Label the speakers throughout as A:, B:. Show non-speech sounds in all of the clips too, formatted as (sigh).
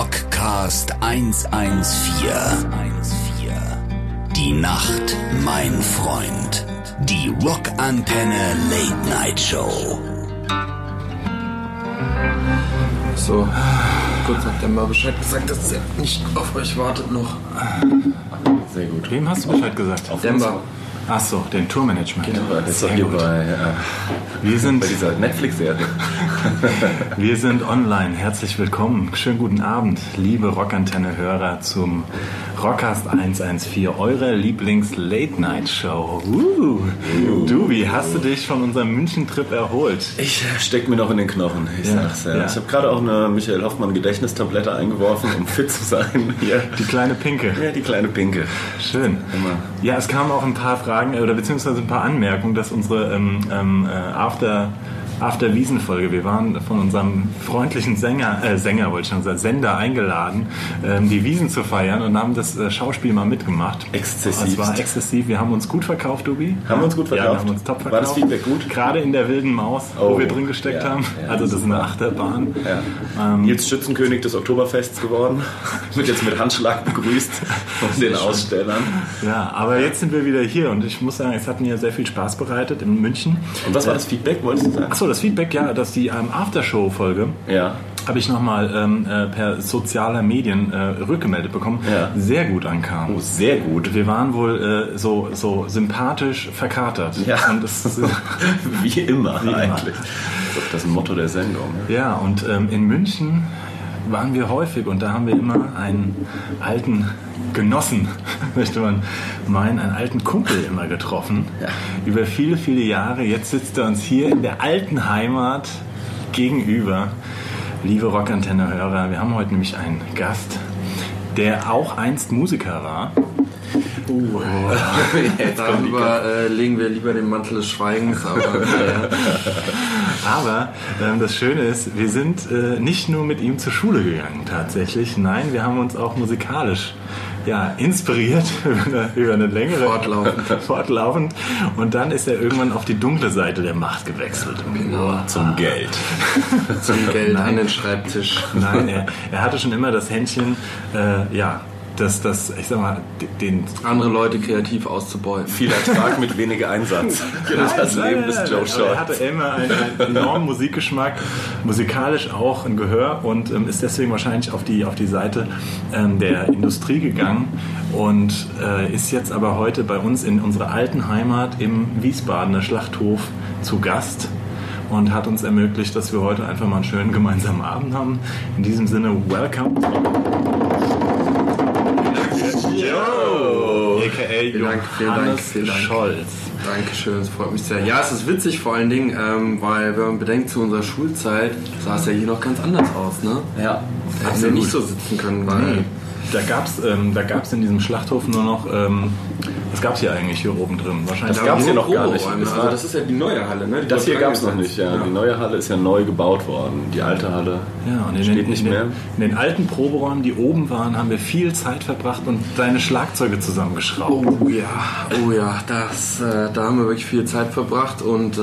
A: Podcast 114. Die Nacht, mein Freund. Die Rockantenne Late Night Show.
B: So, kurz nachdem er Bescheid gesagt, dass er nicht auf euch wartet noch.
C: Sehr gut. Wem hast du Bescheid gesagt? Auf
B: Denver.
C: Achso, den Tourmanagement.
D: Jetzt Genau, doch
C: Sehr
D: hier
C: gut.
D: bei, äh,
C: Wir sind,
D: bei dieser
C: (laughs)
D: Netflix-Serie.
C: wir sind online. Herzlich willkommen. Schönen guten Abend, liebe Rockantenne-Hörer zum Rockcast 114, eure Lieblings-Late-Night-Show. Uh. Du, wie hast du dich von unserem München-Trip erholt?
D: Ich steck mir noch in den Knochen. Ich
C: Ja,
D: sag's ja.
C: ja.
D: Ich habe gerade auch eine Michael Hoffmann Gedächtnistablette eingeworfen, um fit zu sein. Hier.
C: Die kleine Pinke.
D: Ja, die kleine Pinke.
C: Schön.
D: Immer.
C: Ja, es kamen auch ein paar Fragen äh, oder beziehungsweise ein paar Anmerkungen, dass unsere ähm, ähm, äh, After, After Wiesen-Folge, wir waren von unserem freundlichen Sänger, äh, Sänger wollte ich schon sagen, Sender eingeladen, ähm, die Wiesen zu feiern und haben das äh, Schauspiel mal mitgemacht.
D: Exzessiv.
C: Es war exzessiv. Wir haben uns gut verkauft, Dubi.
D: Haben wir uns gut
C: Ja, wir
D: verkauft?
C: haben uns top verkauft.
D: War das Feedback gut?
C: Gerade in der wilden Maus,
D: Oh,
C: wo wir drin gesteckt
D: ja,
C: haben.
D: ja,
C: also das ist eine Achterbahn.
D: Ja.
C: Ähm.
D: Nils Schützenkönig des Oktoberfests geworden. Wird jetzt mit Handschlag begrüßt von den Ausstellern.
C: Ja, aber jetzt sind wir wieder hier und ich muss sagen, es hat mir sehr viel Spaß bereitet in München.
D: Und was war das Feedback, wolltest du sagen?
C: Achso, das Feedback, ja, dass die ähm, Aftershow-Folge
D: Ja.
C: habe ich nochmal ähm, äh, per sozialer Medien äh, rückgemeldet bekommen,
D: Ja.
C: sehr gut ankam.
D: Oh, sehr gut.
C: Wir waren wohl äh, so, so sympathisch verkatert.
D: Ja.
C: Und es,
D: (laughs) Wie immer
C: immer.
D: eigentlich. Das ist ein Motto der Sendung.
C: ja, und ähm, in München waren wir häufig und da haben wir immer einen alten Genossen, (laughs) möchte man meinen, einen alten Kumpel immer getroffen.
D: Ja.
C: Über viele, viele Jahre. Jetzt sitzt er uns hier in der alten Heimat gegenüber. Liebe Rockantenne-Hörer, wir haben heute nämlich einen Gast, der auch einst Musiker war.
B: Also,
D: (laughs)
B: Darüber äh, legen wir lieber den Mantel des Schweigens, aber
D: (laughs)
B: äh,
C: Aber ähm, das Schöne ist, wir sind äh, nicht nur mit ihm zur Schule gegangen tatsächlich, nein, wir haben uns auch musikalisch ja, inspiriert (laughs) über eine, über eine längere
B: Fortlaufend.
C: (laughs) fortlaufend. Und dann ist er irgendwann auf die dunkle Seite der Macht gewechselt. Genau.
D: Zum Geld.
B: zum Geld an den Schreibtisch.
C: Nein, er, er hatte schon immer das Händchen, äh, ja, das, das, ich sag mal, d- den
B: Andere Leute kreativ auszubeuten.
D: Viel Ertrag mit wenig
C: (laughs)
D: Einsatz. das
C: Genau. Nein,
D: Leben
C: nein,
D: ist
C: nein,
D: Joe
C: nein. Aber Er
D: Short.
C: hatte immer einen, einen enormen Musikgeschmack, musikalisch auch ein Gehör und ähm, ist deswegen wahrscheinlich auf die, auf die Seite ähm, der Industrie gegangen und äh, ist jetzt aber heute bei uns in unserer alten Heimat im Wiesbadener Schlachthof zu Gast. Und hat uns ermöglicht, dass wir heute einfach mal einen schönen gemeinsamen Abend haben. In diesem Sinne, welcome. Yo! AKA
B: Vielen Dank, vielen Dank,
C: Johannes
B: vielen Dank.
C: Scholz.
B: Dankeschön, es freut mich sehr. Ja, es ist witzig vor allen Dingen, ähm, weil wenn man bedenkt, zu unserer Schulzeit sah es ja hier noch ganz anders aus, ne?
D: Ja.
B: Da hätten wir nicht so sitzen können, weil...
C: Da gab es ähm, da gab's in diesem Schlachthof nur noch, ähm, was gab es hier eigentlich hier oben drin? Wahrscheinlich
D: Das gab's hier noch gar nicht.
B: Büroräume,
D: Das war-
B: Also das ist ja die neue Halle, ne? Die
D: Das hier
B: wurde
D: gab es noch nicht,
B: angesetzt.
D: ja. Die neue Halle ist ja neu gebaut worden. Die alte Halle
C: ja, und in
D: steht
C: den,
D: nicht
C: in den,
D: mehr.
C: In den alten Proberäumen, die oben waren, haben wir viel Zeit verbracht und deine Schlagzeuge zusammengeschraubt.
B: Oh ja, oh ja, das, äh, da haben wir wirklich viel Zeit verbracht und äh,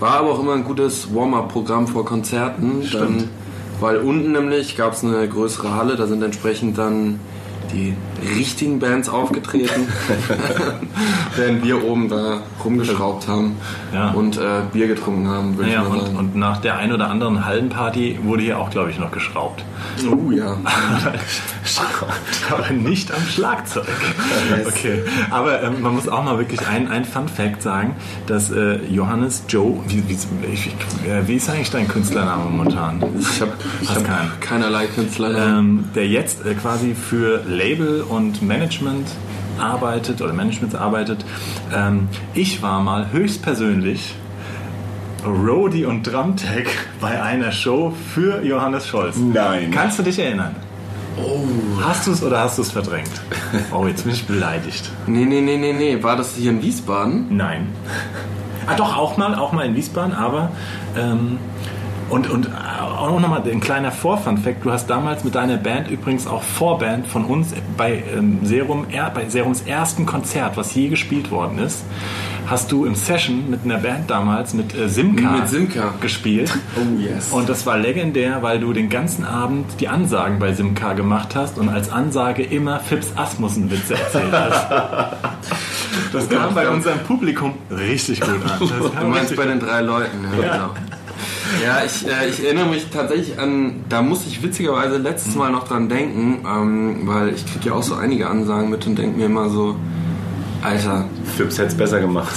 B: war aber auch immer ein gutes Warm-up-Programm vor Konzerten. Dann, weil unten nämlich gab es eine größere Halle, da sind entsprechend dann die richtigen Bands
C: (laughs)
B: aufgetreten, (laughs) während wir oben da rumgeschraubt haben
C: Ja.
B: und äh, Bier getrunken haben, würde
C: Ja,
B: ich mal
C: und,
B: sagen.
C: und nach der ein oder anderen Hallenparty wurde hier auch, glaube ich, noch geschraubt.
B: oh ja.
C: Aber nicht am Schlagzeug. Okay. Aber ähm, man muss auch mal wirklich ein, ein Fun Fact sagen, dass äh, Johannes Joe, wie, wie, ich, äh, wie ist eigentlich dein Künstlername momentan?
B: Ich habe
C: Hast keinen.
B: hab keinerlei Künstler.
C: ähm, der jetzt äh, quasi für Label und Management arbeitet oder Management arbeitet. Ähm, ich war mal höchstpersönlich Roadie und Drumtech bei einer Show für Johannes Scholz.
D: Nein.
C: Kannst du dich erinnern? Oh. Hast du es oder hast du es verdrängt? Oh, jetzt bin ich beleidigt.
B: Nee, nee, nee, nee, nee. War das hier in Wiesbaden?
C: Nein. Ah, doch, auch mal, auch mal in Wiesbaden, aber ähm, Und, und auch nochmal ein kleiner Vorfun-Fact. Du hast damals mit deiner Band übrigens auch Vorband von uns bei, ähm, Serum, er, bei Serums ersten Konzert, was je gespielt worden ist, hast du im Session mit einer Band damals, mit äh, Simca,
B: Mit Simca.
C: gespielt.
B: Oh yes.
C: Und das war legendär, weil du den ganzen Abend die Ansagen bei Simca gemacht hast und als Ansage immer Fips Asmussen-Witze erzählt
B: (laughs)
C: hast. Das kam bei unserem Publikum
B: (laughs)
C: richtig gut an. Das
B: Du
C: kam
B: meinst
C: richtig
B: bei den drei Leuten, ja, ja. genau. Ja, ich, äh, ich erinnere mich tatsächlich an, da muss ich witzigerweise letztes Mal noch dran denken, ähm, weil ich kriege ja auch so einige Ansagen mit und denke mir immer so, Alter.
D: Fips hätte es besser
C: (laughs)
D: gemacht.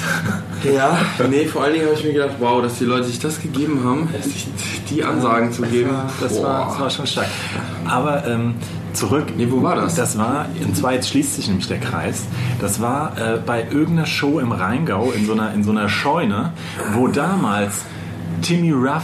B: Ja, nee, vor allen Dingen habe ich mir gedacht, wow, dass die Leute sich das gegeben haben, sich die Ansagen zu geben.
C: Das war, das war schon stark. Aber ähm, zurück.
B: Nee, wo war das?
C: Das war, und zwar jetzt schließt sich nämlich der Kreis, das war äh, bei irgendeiner Show im Rheingau in so, einer, in so einer Scheune, wo damals Timmy Ruff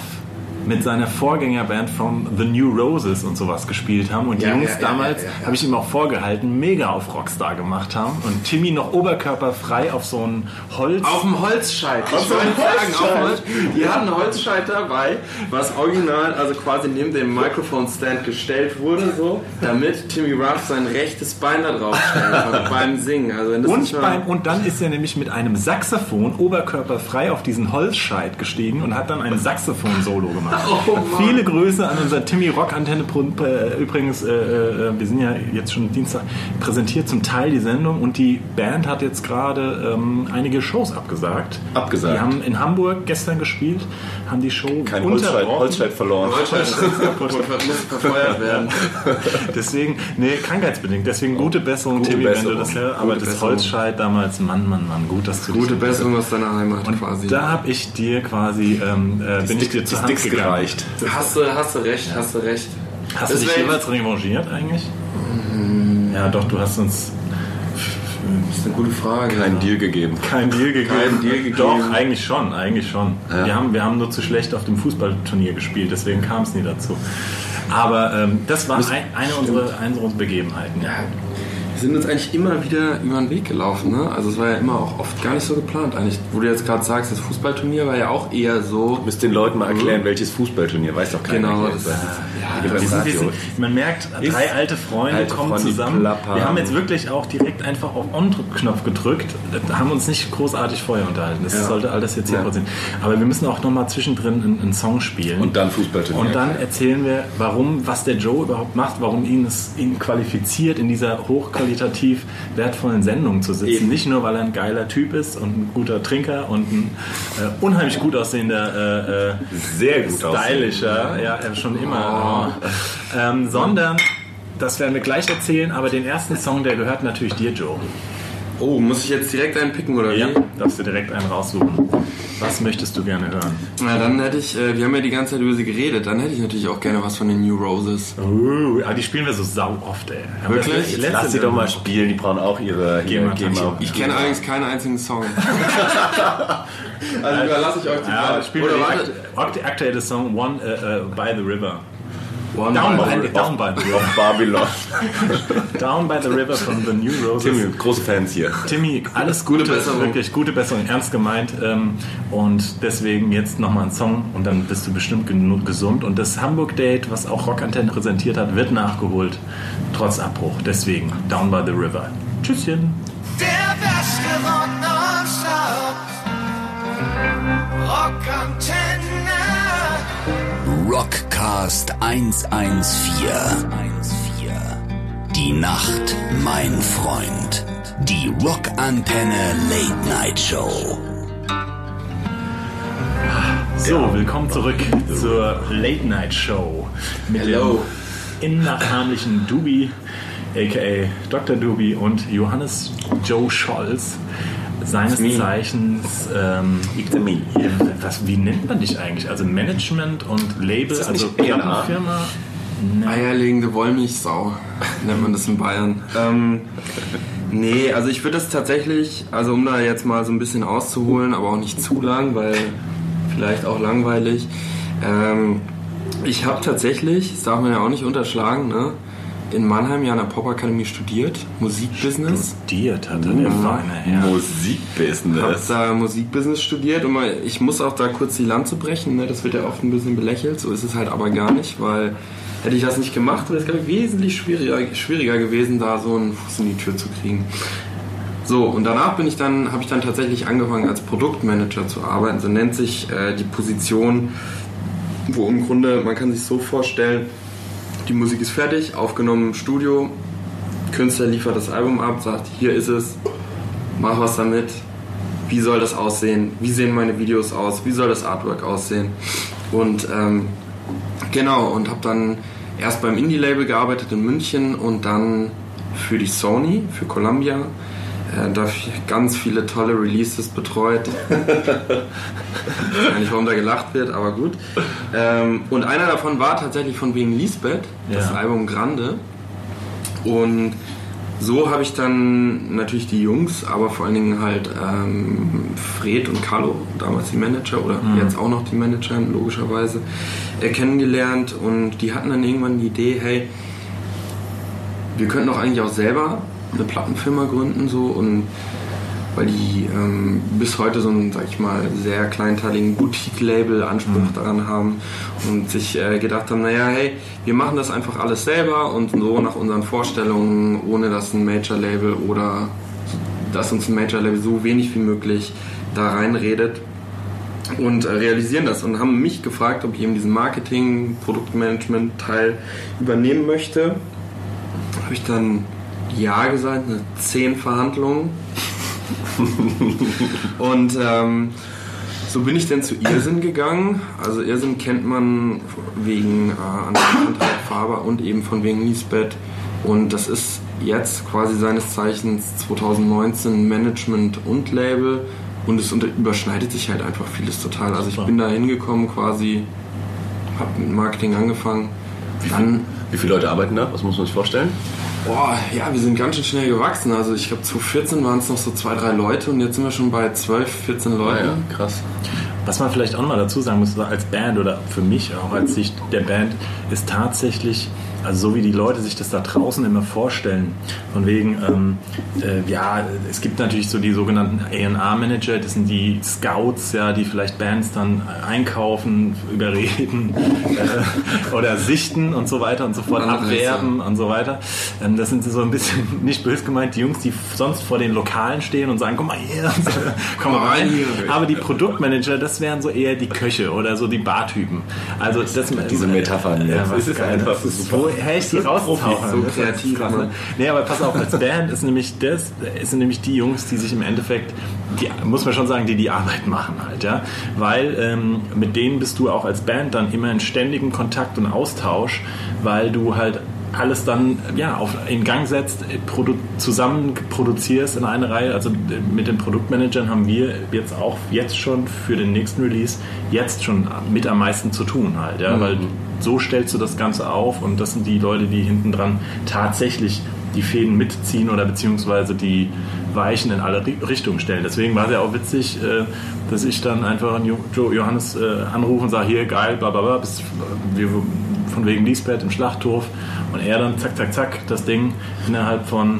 C: mit seiner Vorgängerband von The New Roses und sowas gespielt haben und die
B: Ja,
C: Jungs
B: ja, ja,
C: damals,
B: ja, ja, ja.
C: habe ich ihm auch vorgehalten, mega auf Rockstar gemacht haben und Timmy noch oberkörperfrei auf so ein Holz...
B: Auf dem Holzscheit. Ich wollte sagen, auf dem Holz. Die hatten einen Holzscheit dabei, was original, also quasi neben dem Mikrofonstand gestellt wurde, so, damit Timmy Ruff sein rechtes Bein da drauf stellen kann
C: (laughs)
B: beim Singen. Also wenn das
C: Und,
B: nicht mal-
C: beim, und dann ist er nämlich mit einem Saxophon oberkörperfrei auf diesen Holzscheit gestiegen und hat dann ein Saxophon-Solo
D: (laughs)
C: gemacht.
D: Oh,
C: Viele Grüße an unser Timmy Rock Antenne. Pro- äh, Übrigens, äh, äh, wir sind ja jetzt schon Dienstag, präsentiert zum Teil die Sendung und die Band hat jetzt gerade ähm, einige Shows abgesagt.
D: Abgesagt.
C: Die haben in Hamburg gestern gespielt, haben die Show
D: Kein Holzscheit,
C: unterbrochen.
D: Holzscheit verloren.
B: Holzscheit ist kaputt, muss verfeuert werden.
C: (laughs) Deswegen, nee, krankheitsbedingt. Deswegen gute Besserung,
D: Oh. Gute
C: Timmy, wenn
D: Besserung.
C: du das hörst. Aber
B: Gute
C: das
B: Besserung.
C: Holzscheit damals, Mann, Mann, Mann, gut, dass du
B: Gute
C: dich-
B: Besserung aus deiner Heimat
C: Und
B: quasi.
C: da habe ich dir quasi, ähm, äh, bin ich
D: Stick-
C: dir
D: die
C: zur Hand
D: Sticks
C: gegangen.
D: gereicht.
B: hast du, hast du recht, hast du recht.
C: Hast du dich
B: Deswegen-
C: jeweils revanchiert eigentlich? Ja, doch, du hast uns
B: Das ist eine gute Frage.
D: Keinen
C: Genau.
D: Deal gegeben.
C: keinen Deal gegeben.
D: Keinen Deal gegeben.
C: Doch, eigentlich schon, eigentlich schon. Wir, haben, wir haben nur zu schlecht auf dem Fußballturnier gespielt, deswegen kam es nie dazu. Aber ähm, das war ein, eine, unserer, eine unserer Begebenheiten. Ja.
B: Wir sind uns eigentlich immer wieder über den Weg gelaufen, ne? Also es war ja immer auch oft gar nicht so geplant eigentlich. Wo du jetzt gerade sagst, das Fußballturnier war ja auch eher so.
D: Müsst den Leuten mal
C: Mhm.
D: erklären, welches Fußballturnier. Weiß doch keiner.
B: Genau,
D: das
B: das-
D: ja,
C: Wir sind, wir sind, man merkt,
D: Ist-
C: drei alte Freunde
D: Alte
C: kommen
D: Freunde, die
C: zusammen.
D: plappern.
C: Wir haben jetzt wirklich auch direkt einfach auf On-Knopf gedrückt, äh, haben uns nicht großartig vorher unterhalten. Das sollte alles jetzt hier
B: Ja.
C: kurz sein. Aber wir müssen auch nochmal zwischendrin einen, einen Song spielen.
D: Und dann Fußballturnier.
C: Und dann erzählen wir, warum, was der Joe überhaupt macht, warum ihn es ihn qualifiziert, in dieser hochqualitativ wertvollen Sendung zu sitzen.
D: Eben.
C: Nicht nur, weil er ein geiler Typ ist und ein guter Trinker und ein äh, unheimlich gut aussehender, äh, äh,
D: Sehr gut Oh.
C: stylischer, ja, äh, schon immer, äh, ähm, sondern das werden wir gleich erzählen, aber den ersten Song, der gehört natürlich dir, Joe.
B: Oh, muss ich jetzt direkt einen picken oder
C: Ja,
B: wie?
C: darfst du direkt einen raussuchen. Was möchtest du gerne hören?
B: Na, dann hätte ich, äh, wir haben ja die ganze Zeit über sie geredet, dann hätte ich natürlich auch gerne was von den New Roses.
C: Uh, ah, die spielen wir so sau oft, ey. Haben wir das
B: Wirklich?
C: letzte-
D: Jetzt lass sie doch mal spielen. Die brauchen auch ihre ihre
C: Geh mal,
D: GEMA.
B: Ich kenne allerdings keinen einzigen
C: (laughs)
B: Song. also überlasse ich euch die
C: Ja,
B: Wahl.
C: spielen
B: Oder
C: wir
B: warte.
C: den akt akt aktuelle Song One äh, äh, by the River.
B: One
C: Down
B: by
C: by,
B: the-
C: äh, down by
D: (laughs)
C: the
D: Auf
C: (laughs)
D: Babylon.
C: River. Down by the River von The New Roses.
D: Timmy, große Fans hier.
C: Timmy, alles Gute,
B: Gute Besserung.
C: wirklich gute Besserung, ernst gemeint. Ähm, und deswegen jetzt nochmal ein Song und dann bist du bestimmt genu- gesund. Und das Hamburg-Date, was auch Rockantenne präsentiert hat, wird nachgeholt, trotz Abbruch. Deswegen Down by the River. Tschüsschen.
E: Der beste Rock nonstop. Rock Antenne.
A: Rockcast 114. Die Nacht, mein Freund. Die Rockantenne Late Night Show.
C: So, willkommen zurück zur Late Night Show mit
B: Hello.
C: dem innennachahmlichen Dubi, aka Dr. Dubi und Johannes Joe Scholz, seines
B: me.
C: Zeichens. Ähm, was, wie nennt man dich eigentlich? Also Management und Label,
D: das
C: also
D: nicht B&A?
C: Plattenfirma.
B: Eierlegende Wollmilchsau (laughs) nennt man das in Bayern. Ähm, nee, also ich würde das tatsächlich, also um da jetzt mal so ein bisschen auszuholen, aber auch nicht zu lang, weil vielleicht auch langweilig. Ähm, ich habe tatsächlich, das darf man ja auch nicht unterschlagen, ne? in Mannheim ja an der Popakademie studiert, Musikbusiness.
C: Studiert hat er,
D: Mhm.
C: der feine Herr.
B: Hab
D: Musikbusiness.
B: da Musikbusiness studiert und mal, ich muss auch da kurz die Lanze brechen, ne? das wird ja oft ein bisschen belächelt, so ist es halt aber gar nicht, weil hätte ich das nicht gemacht, wäre es glaube ich wesentlich schwieriger, schwieriger gewesen, da so einen Fuß in die Tür zu kriegen. So, und danach bin ich dann, habe ich dann tatsächlich angefangen als Produktmanager zu arbeiten. So nennt sich äh, die Position, wo im Grunde, man kann sich so vorstellen, die Musik ist fertig, aufgenommen im Studio, Künstler liefert das Album ab, sagt, hier ist es, mach was damit, wie soll das aussehen, wie sehen meine Videos aus, wie soll das Artwork aussehen. Und ähm, genau, und habe dann erst beim Indie-Label gearbeitet in München und dann für die Sony, für Columbia. Äh, da f- ganz viele tolle Releases betreut. (laughs) ich weiß nicht, warum da gelacht wird, aber gut. Ähm, und einer davon war tatsächlich von wegen Lisbeth, das
C: Ja.
B: Album Grande. Und so habe ich dann natürlich die Jungs, aber vor allen Dingen halt ähm, Fred und Carlo, damals die Manager oder jetzt auch noch die Manager logischerweise, äh, kennengelernt und die hatten dann irgendwann die Idee, hey, wir könnten doch eigentlich auch selber eine Plattenfirma gründen so und weil die ähm, bis heute so einen, sag ich mal, sehr kleinteiligen Boutique-Label Anspruch daran haben und sich äh, gedacht haben, naja, hey, wir machen das einfach alles selber und so nach unseren Vorstellungen, ohne dass ein Major-Label oder dass uns ein Major-Label so wenig wie möglich da reinredet und äh, realisieren das und haben mich gefragt, ob ich eben diesen Marketing, Produktmanagement-Teil übernehmen möchte. Habe ich dann ja gesagt, eine zehn Verhandlungen. und ähm, so bin ich dann zu Irrsinn gegangen. Also Irrsinn kennt man wegen äh, Andrea Faber und eben von wegen Lisbeth. Und das ist jetzt quasi seines Zeichens 2019 Management und Label. Und es unter überschneidet sich halt einfach vieles total. Also ich
C: Super.
B: bin da hingekommen quasi, hab mit Marketing angefangen. Dann
D: Wie viele Leute arbeiten da? Was muss man sich vorstellen?
B: Boah, ja, wir sind ganz schön schnell gewachsen. Also ich glaube, 2014 waren es noch so zwei, drei Leute und jetzt sind wir schon bei 12, 14 Leuten.
D: Ah krass.
C: Was man vielleicht auch noch mal dazu sagen muss, als Band oder für mich auch als Sicht der Band, ist tatsächlich, also so wie die Leute sich das da draußen immer vorstellen, von wegen, ähm, äh, ja, es gibt natürlich so die sogenannten A&R-Manager, das sind die Scouts, ja, die vielleicht Bands dann einkaufen, (laughs) überreden äh, oder sichten und so weiter und so fort,
B: Anreize.
C: abwerben und so weiter. Ähm, das sind so ein bisschen, (laughs) nicht böse gemeint, die Jungs, die sonst vor den Lokalen stehen und sagen, komm mal her, komm mal rein. Aber die Produktmanager, das wären so eher die Köche oder so die Bartypen. Also das,
D: diese Metaphern
C: Ja,
D: jetzt.
C: was
D: Es ist
C: geil,
D: einfach
C: das ist,
D: super.
C: Woher ich die raustauche.
B: so
C: Das ist
B: kreativ,
C: krass, ne?
B: Mann.
C: Nee, aber pass auf, als Band ist nämlich das, es sind nämlich die Jungs, die sich im Endeffekt, die, muss man schon sagen, die die Arbeit machen halt, ja. Weil ähm, mit denen bist du auch als Band dann immer in ständigem Kontakt und Austausch, weil du halt alles dann ja, auf, in Gang setzt, äh, produ zusammen produzierst in eine Reihe. Also äh, mit den Produktmanagern haben wir jetzt auch jetzt schon für den nächsten Release jetzt schon mit am meisten zu tun halt, ja,
D: Mhm.
C: weil so stellst du das Ganze auf und das sind die Leute, die hinten dran tatsächlich die Fäden mitziehen oder beziehungsweise die Weichen in alle Ri- Richtungen stellen. Deswegen war es ja auch witzig, äh, dass ich dann einfach einen Jo- Jo- Johannes äh, anrufe und sage, hier, geil, bla bla bla, bist, wir, von wegen Lisbeth im Schlachthof und er dann zack, zack, zack, das Ding innerhalb von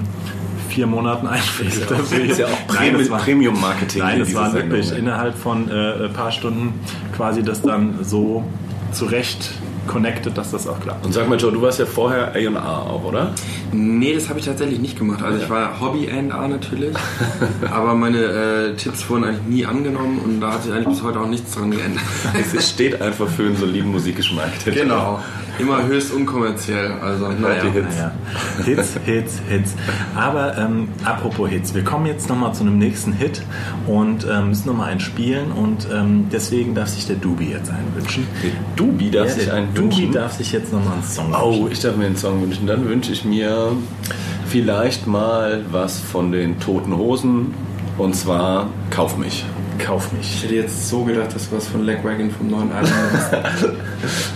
C: vier Monaten (laughs) einfließt. Das
D: Das ist ja auch
C: Nein, das
D: Premium-
C: war-
D: Premium-Marketing.
C: Nein,
D: hier,
C: das
D: diese
C: waren
D: Sendung.
C: wirklich innerhalb von äh, ein paar Stunden quasi das dann so zurecht connected, dass das auch klappt.
D: Und sag mal, Joe, du warst ja vorher A&R auch, oder?
B: Nee, das habe ich tatsächlich nicht gemacht. Also ich war Hobby-NA natürlich, (laughs) aber meine äh, Tipps wurden eigentlich nie angenommen und da hat sich eigentlich bis heute auch nichts dran
D: (laughs)
B: geändert.
D: Es steht einfach für einen soliden Musikgeschmack.
B: (laughs) Immer höchst unkommerziell. Also naja.
D: Genau. die Hits.
C: Naja,
D: (laughs)
C: Hits, Hits, Hits. Aber ähm, apropos Hits, wir kommen jetzt nochmal zu einem nächsten Hit und ähm, müssen nochmal einen spielen und ähm, deswegen darf sich der Dubi jetzt einen wünschen.
D: Dubi darf sich
C: der
D: einen
C: Dubi
D: wünschen.
C: darf sich jetzt nochmal einen Song
D: Oh, ich darf mir einen Song wünschen. Dann wünsche ich mir vielleicht mal was von den Toten Hosen. Und zwar Kauf mich.
C: Kauf mich.
B: Ich hätte jetzt so gedacht, dass du was von Legwagon vom neuen Album hast.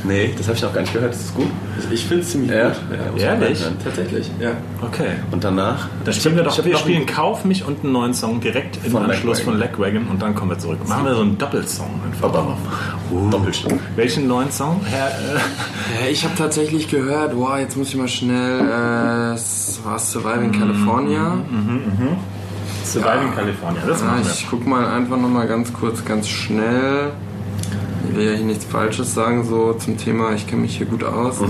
D: Nee, das habe ich noch gar nicht gehört. Das ist gut.
B: Also, Ich finde es ziemlich
D: Ja?
B: gut. Ja.
D: muss
C: Ehrlich?
D: man reinhören.
B: Tatsächlich, ja.
C: Okay.
D: Und danach?
C: Dann spielen wir
D: Ich
C: doch,
D: hab
C: wir
D: noch
C: spielen Kauf mich und einen neuen Song direkt im
D: Von
C: Anschluss
D: Lagwagon.
C: von Lagwagon und dann kommen wir zurück. Machen wir so einen Doppelsong einfach drauf.
D: einen Doppelsturm.
C: Welchen neuen Song? Herr, äh,
B: Ja, Ich habe tatsächlich gehört, boah, jetzt muss ich mal schnell, äh, es war
D: Mhm.
B: Surviving California.
C: (laughs) Surviving California. Das
B: Ja,
C: machen
B: Ah, ich
C: wir.
B: guck mal einfach nochmal ganz kurz, ganz schnell. Ich will ja hier nichts Falsches sagen, so zum Thema, ich kenne mich hier gut aus. Ne?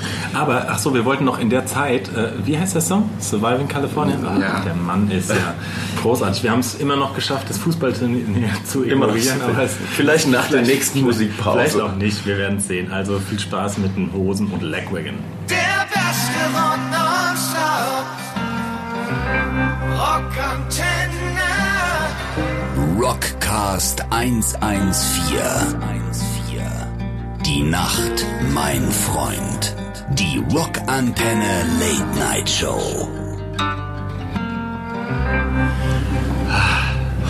C: (laughs) Aber, ach so, wir wollten noch in der Zeit, äh, wie heißt der Song? Surviving California? Ah,
B: Ja.
C: Der Mann ist ja großartig. Wir haben es immer noch geschafft, das Fußballturnier (laughs) zu ignorieren. aber es-
D: (laughs) Vielleicht nach der nächsten
C: Vielleicht
D: Musikpause.
C: auch nicht, wir werden es sehen. Also viel Spaß mit den Hosen und Lagwagon.
E: Der beste Rock nonstop. Rock Antenne.
A: Rockcast 114. Die Nacht, mein Freund. Die Rockantenne Late Night Show.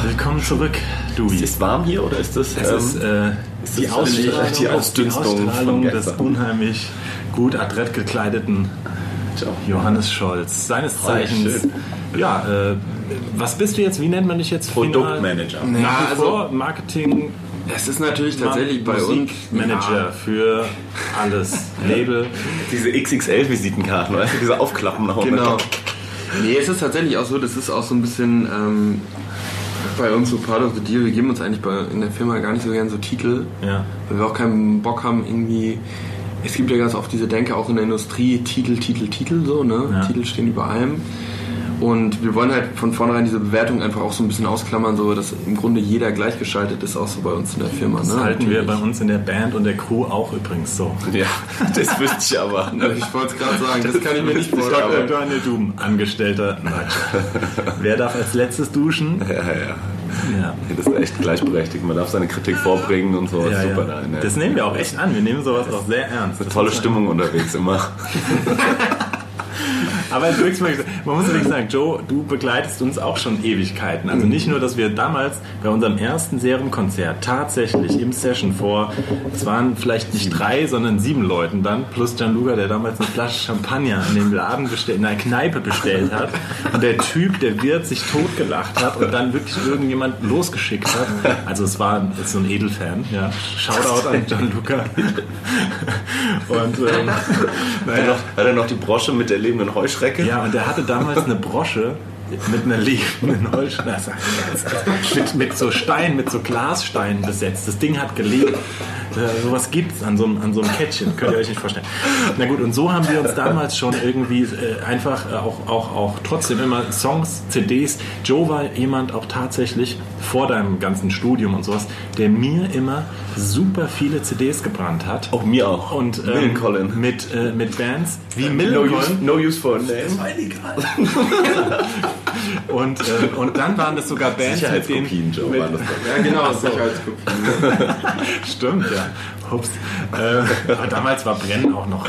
C: Willkommen zurück, Dubi.
D: Ist warm hier oder ist das?
C: Es
D: ähm,
C: ist, äh, die,
D: das
C: Ausstrahlung,
D: die Ausdünstung
C: die Ausstrahlung
D: von
C: des
D: gestern?
C: unheimlich gut adrett gekleideten
D: äh, Ciao.
C: Johannes Scholz, seines
D: Oh, ja,
C: Zeichens.
D: schön.
C: Ja, äh, was bist du jetzt? Wie nennt man dich jetzt? Final-
D: Produktmanager.
C: Nach wie
B: Ja, also-
C: vor Marketing
B: Es ist natürlich tatsächlich bei uns.
C: Manager
B: Ja,
C: für alles Label.
D: Diese XXL-Visitenkarten, weißt du, diese Aufklappen nach unten.
B: genau. Nee, es ist tatsächlich auch so, das ist auch so ein bisschen ähm, bei uns so part of the deal. Wir geben uns eigentlich bei, in der Firma gar nicht so gern so Titel.
C: Ja.
B: Weil wir auch keinen Bock haben, irgendwie. Es gibt ja ganz oft diese Denke auch in der Industrie, Titel, Titel, Titel, so, ne?
C: Ja.
B: Titel stehen über allem. Und wir wollen halt von vornherein diese Bewertung einfach auch so ein bisschen ausklammern, so dass im Grunde jeder gleichgeschaltet ist, auch so bei uns in der Firma.
C: Das
B: ne?
C: halten wir bei uns in der Band und der Crew auch übrigens so.
D: Ja, das wüsste ich aber. (laughs) Ne?
B: Also Ich wollte es gerade sagen, das kann ich mir nicht
C: Dr.
B: vorstellen.
C: äh, Daniel Doom, Angestellter. Nein. Wer darf als letztes duschen? Ja, ja, ja.
D: Das ist echt gleichberechtigt. Man darf seine Kritik vorbringen und so.
C: Ja,
D: Super,
C: ja.
D: nein, ne?
C: Das nehmen wir auch echt an. Wir nehmen sowas auch sehr ernst.
D: Eine tolle Stimmung unterwegs (laughs) immer.
C: Aber es ist wirklich mal gesagt, man muss wirklich sagen, Joe, du begleitest uns auch schon Ewigkeiten. Also nicht nur, dass wir damals bei unserem ersten Serum-Konzert tatsächlich im Session vor, es waren vielleicht nicht drei, sondern sieben Leuten dann, plus Gianluca, der damals eine Flasche Champagner in dem Laden bestellt, in einer Kneipe bestellt hat. Und der Typ, der Wirt, sich totgelacht hat und dann wirklich irgendjemand losgeschickt hat. Also es war ein- so ein Edelfan, ja. Shoutout an Gianluca. Und ähm,
D: Hat er noch- Hat er noch die Brosche mit der lebenden Heuschrecke?
C: ja, und der hatte damals eine Brosche mit einer lebenden Holzschnasser. Mit, mit so Steinen, mit so Glassteinen besetzt. Das Ding hat gelebt. Äh, sowas gibt's an so, einem- an so einem Kettchen, könnt ihr euch nicht vorstellen. Na gut, und so haben wir uns damals schon irgendwie äh, einfach äh, auch, auch, auch trotzdem immer Songs, CDs. Joe war jemand auch tatsächlich vor deinem ganzen Studium und sowas, der mir immer super viele CDs gebrannt hat.
D: Auch mir auch.
C: Und ähm,
D: Millen Colin.
C: Mit, äh, mit Bands wie
D: No
C: Millen
D: use,
C: Colin.
D: no use for a name.
C: (laughs) Und, ähm, und dann waren das sogar Bands, mit denen.
D: Sicherheitskopien, Joe, waren das doch.
B: Ja, genau, Sicherheitskopie.
C: (laughs) Stimmt, ja. Ups. Äh, aber damals war Brennen auch noch.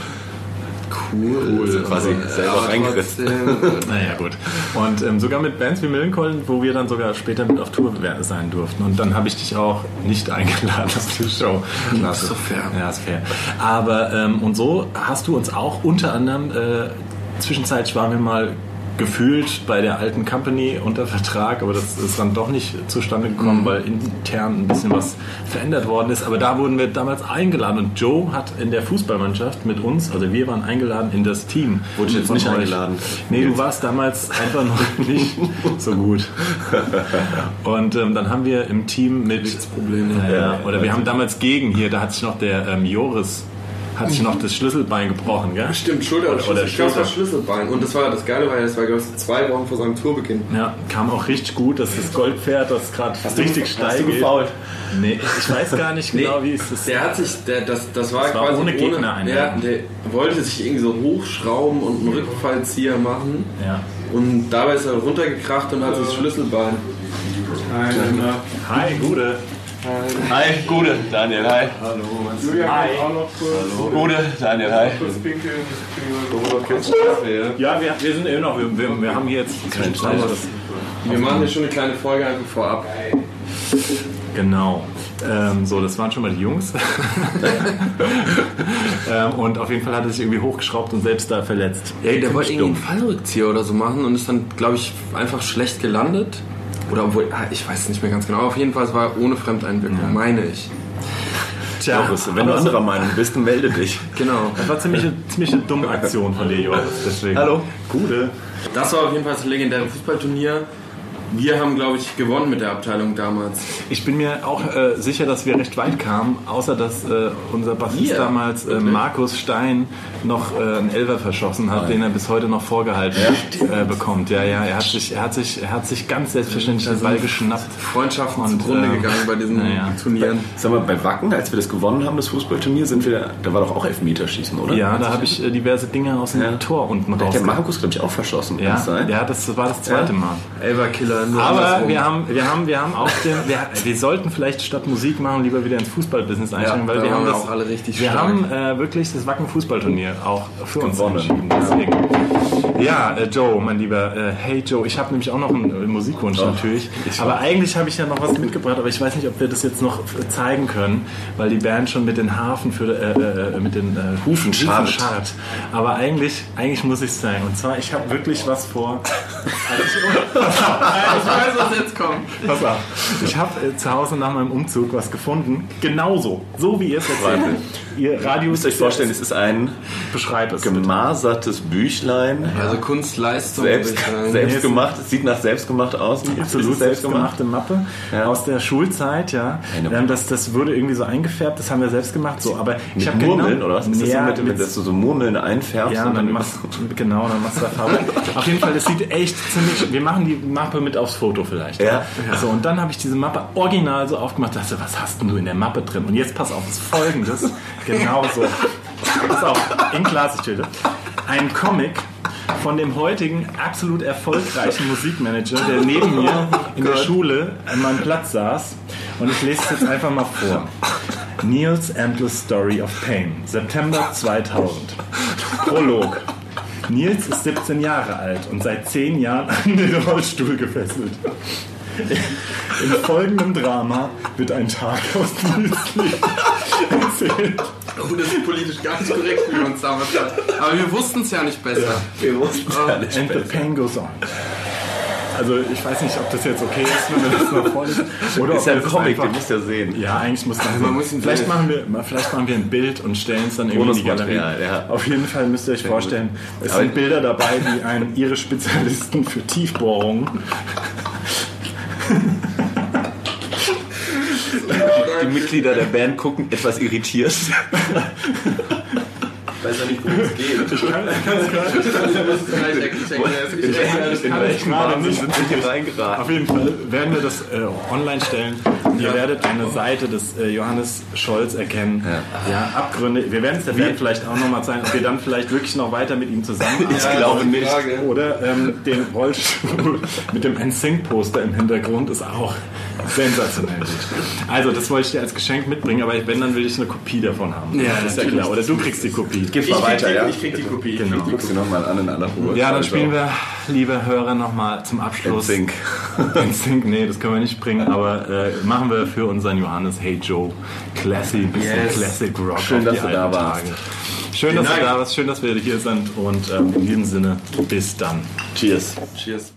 B: Cool.
D: Also quasi selber
B: Aber
D: reingeritzt.
B: trotzdem,
C: Naja, gut. Und ähm, sogar mit Bands wie Millencolin, wo wir dann sogar später mit auf Tour sein durften. Und dann habe ich dich auch nicht (laughs) eingeladen auf die Show. Klasse.
B: Hm, Ist doch fair.
C: Ja, ist fair. Aber, ähm, und so hast du uns auch unter anderem, äh, zwischenzeitlich waren wir mal gefühlt bei der alten Company unter Vertrag, aber das ist dann doch nicht zustande gekommen,
B: Hm.
C: weil intern ein bisschen was verändert worden ist. Aber da wurden wir damals eingeladen und Joe hat in der Fußballmannschaft mit uns, also wir waren eingeladen in das Team.
D: Wurde ich jetzt
C: von
D: nicht
C: euch.
D: eingeladen?
C: Nee, du warst damals
D: (laughs)
C: einfach noch nicht so gut. Und ähm, dann haben wir im Team mit
B: Problem,
C: ja, ja. Oder wir haben damals gegen hier, da hat sich noch der ähm, Joris hat sich noch das Schlüsselbein gebrochen, gell?
B: Stimmt, Schulter
C: Oder- oder
B: Ich glaub, das
C: Schulter.
B: Schlüsselbein. Und das war das Geile, weil das war glaub ich, zwei Wochen vor seinem Tourbeginn.
C: Ja, kam auch richtig gut, dass das Goldpferd, das gerade richtig
D: Hast
C: steil
D: du
C: geht.
D: gefault?
C: Nee, ich weiß
D: (laughs)
C: gar nicht genau, wie es ist.
B: Der hat sich, der, das, das war
C: war
B: quasi
C: ohne Gegner
B: ohne der,
C: einladen.
B: der wollte sich irgendwie so hochschrauben und einen Rückfallzieher machen.
C: Ja.
B: Und dabei ist er runtergekracht und hat sich das Schlüsselbein.
C: Hi, Gude.
D: Hi, Gude, Daniel, hi.
F: Julian kann auch noch kurz,
D: Gude, Daniel, hi.
F: kurz pinkeln.
C: Ja, wir, wir sind eben noch, wir, wir, wir haben hier jetzt keine Zeit.
B: Wir machen hier schon eine kleine Folge einfach vorab.
C: Genau. Ähm, so, das waren schon mal die Jungs. ähm, und auf jeden Fall hat er sich irgendwie hochgeschraubt und selbst da verletzt.
B: Ey, der wollte
C: Richtig
B: irgendwie einen
C: dumm.
B: Fallrückzieher oder so machen und ist dann, glaube ich, einfach schlecht gelandet. Oder obwohl, ah, ich weiß es nicht mehr ganz genau. Auf jeden Fall, es war ohne Fremdeinwirkung, meine ich.
C: Tja,
D: Boris, wenn du anderer Meinung bist, dann melde dich.
B: Genau.
C: das war (laughs) ziemlich, ziemlich eine dumme Aktion von dir, Joris. Deswegen.
D: Hallo.
C: Gute.
B: Das war auf jeden Fall das legendäre Fußballturnier. Wir haben, glaube ich, gewonnen mit der Abteilung damals.
C: Ich bin mir auch äh, sicher, dass wir recht weit kamen, außer dass äh, unser Bassist
B: Hier?
C: damals, äh, Markus Stein, noch äh, einen Elfer verschossen hat, den er bis heute noch vorgehalten äh, bekommt. Ja, ja, er hat sich, er hat sich, er hat sich ganz selbstverständlich den Ball geschnappt.
B: Freundschaften
C: Und,
B: zugrunde
C: ähm,
B: gegangen bei diesen
C: naja.
B: Turnieren.
D: Ähm, Sag mal, bei Wacken, als wir das gewonnen haben, das Fußballturnier, sind wir, da- da war doch auch Elfmeterschießen, oder?
C: Ja, da habe ich äh, diverse Dinge aus dem
D: Ja.
C: Tor unten
D: Hat
C: raus.
D: der Markus, glaube ich, auch verschossen, kann das
C: Ja,
D: sein?
C: ja, das war das zweite
D: Ja.
C: Mal.
B: Elverkiller, nur
C: Aber
B: andersrum.
C: wir haben, wir haben, wir haben auch den, wir, wir sollten vielleicht statt Musik machen lieber wieder ins Fußballbusiness einsteigen, weil
B: da
C: wir
B: waren
C: haben
B: wir
C: das,
B: auch alle richtig
C: wir
B: stark.
C: haben äh, wirklich das Wacken Fußballturnier auch für uns
D: Gewonnen.
C: entschieden. Deswegen. Ja, äh, Joe, mein lieber, äh, hey Joe, ich habe nämlich auch noch einen äh, Musikwunsch natürlich, aber eigentlich habe ich ja noch was mitgebracht, aber ich weiß nicht, ob wir das jetzt noch äh, zeigen können, weil die Band schon mit den Hafen für äh, äh, mit den äh, Hufen
D: scharrt.
C: Hufen scharrt. Aber eigentlich, eigentlich muss ich es zeigen. Und zwar, ich habe wirklich was vor.
D: (laughs)
B: Ich weiß, was jetzt kommt.
C: Pass auf. Ich habe äh, zu Hause nach meinem Umzug was gefunden. Genauso. So wie ihr es erzählt habt. Ihr Radio
D: Müsst ihr euch vorstellen, es ist ein
C: beschreibt es.
D: gemasertes Büchlein.
B: Also Kunstleistung,
D: Selbst,
B: würde ich sagen.
D: selbst gemacht, es sieht nach selbstgemacht aus.
C: Absolut
D: Ist es selbstgemacht?
C: selbstgemachte Mappe
D: Ja.
C: aus der Schulzeit, ja.
D: Eine-
C: Ähm, das, das wurde irgendwie so eingefärbt, das haben wir selbst gemacht. So, aber ich
D: Mit
C: habe
D: Murmeln,
C: genau,
D: oder was? Ist das so
C: ja,
D: mit, mit, dass du so Murmeln einfärbst?
C: Ja,
D: und
C: dann
D: dann
C: machst, (laughs) genau, dann machst du da Farbe. Auf jeden Fall, es sieht echt ziemlich. Wir machen die Mappe mit aufs Foto vielleicht.
D: Ja.
C: So, und dann habe ich diese Mappe original so aufgemacht, dachte, was hast denn du in der Mappe drin? Und jetzt pass auf, das (laughs) folgendes. genau so. Pass auf, in Glastüte. Ein Comic von dem heutigen absolut erfolgreichen Musikmanager, der neben mir in der Schule an meinem Platz saß. Und ich lese es jetzt einfach mal vor. Neil's Endless Story of Pain, September 2000. Prolog. Nils ist 17 Jahre alt und seit 10 Jahren an den Rollstuhl gefesselt. Im folgenden Drama wird ein Tag aus Nils Leben erzählt.
B: Und das ist politisch gar nicht korrekt, wie man es damals hat. Aber wir wussten es ja nicht besser.
D: Wir wussten es ja nicht.
C: And the pain goes on. Also ich weiß nicht, ob das jetzt okay ist, wenn wir das mal vorlesen. Oder
D: Ist ja
C: ob wir
D: ein
C: das
D: Comic,
C: einfach-
D: den musst du ja sehen.
C: Ja, eigentlich muss man,
B: Also, Man muss ihn
C: vielleicht
B: sehen.
C: machen wir mal- vielleicht machen wir ein Bild und stellen es dann irgendwie in die Galerie.
D: Bonusmaterial, ja.
C: Auf jeden Fall müsst ihr euch vorstellen, es
D: Aber-
C: sind Bilder dabei, die einen ihre Spezialisten für
B: (laughs)
C: Tiefbohrungen
D: Die Mitglieder der Band gucken etwas (laughs) irritiert. Weiß ja nicht, worum es geht.
B: Ich denke, das
D: In
B: kann ich.
D: welchen
C: gerade
D: Wahnsinn
C: nicht.
D: sind wir hier reingeraten?
C: Auf jeden Fall werden wir das äh, online stellen. Ihr werdet eine Seite des äh, Johannes Scholz erkennen. Ja. Abgründe. Wir werden es der Band vielleicht auch nochmal zeigen, ob wir dann vielleicht wirklich noch weiter mit ihm zusammenarbeiten.
D: (laughs) Ich glaube nicht.
C: Oder ähm, den Rollstuhl mit dem NSYNC-Poster im Hintergrund ist auch sensationell. Also, das wollte ich dir als Geschenk mitbringen, aber wenn, dann will ich eine Kopie davon haben.
B: Ja,
C: das ist ja klar. Oder du kriegst die Kopie.
D: Gib mal weiter, ja?
B: Ich krieg die Kopie.
D: Genau. Guck sie nochmal an in aller Ruhe. Also,
C: Ja, dann spielen wir, liebe Hörer, nochmal zum Abschluss.
D: Sink.
C: (laughs) Instinct, nee, das können wir nicht bringen, aber äh, machen wir für unseren Johannes Hey Joe Classy, ein bisschen
B: Yes.
C: Classic Rock.
D: Schön,
C: auf
D: dass
C: die
D: du da
C: alten
D: warst.
C: Tage. Schön, dass du da warst, schön, dass wir hier sind und ähm, in diesem Sinne, bis dann.
D: Cheers.
B: Cheers.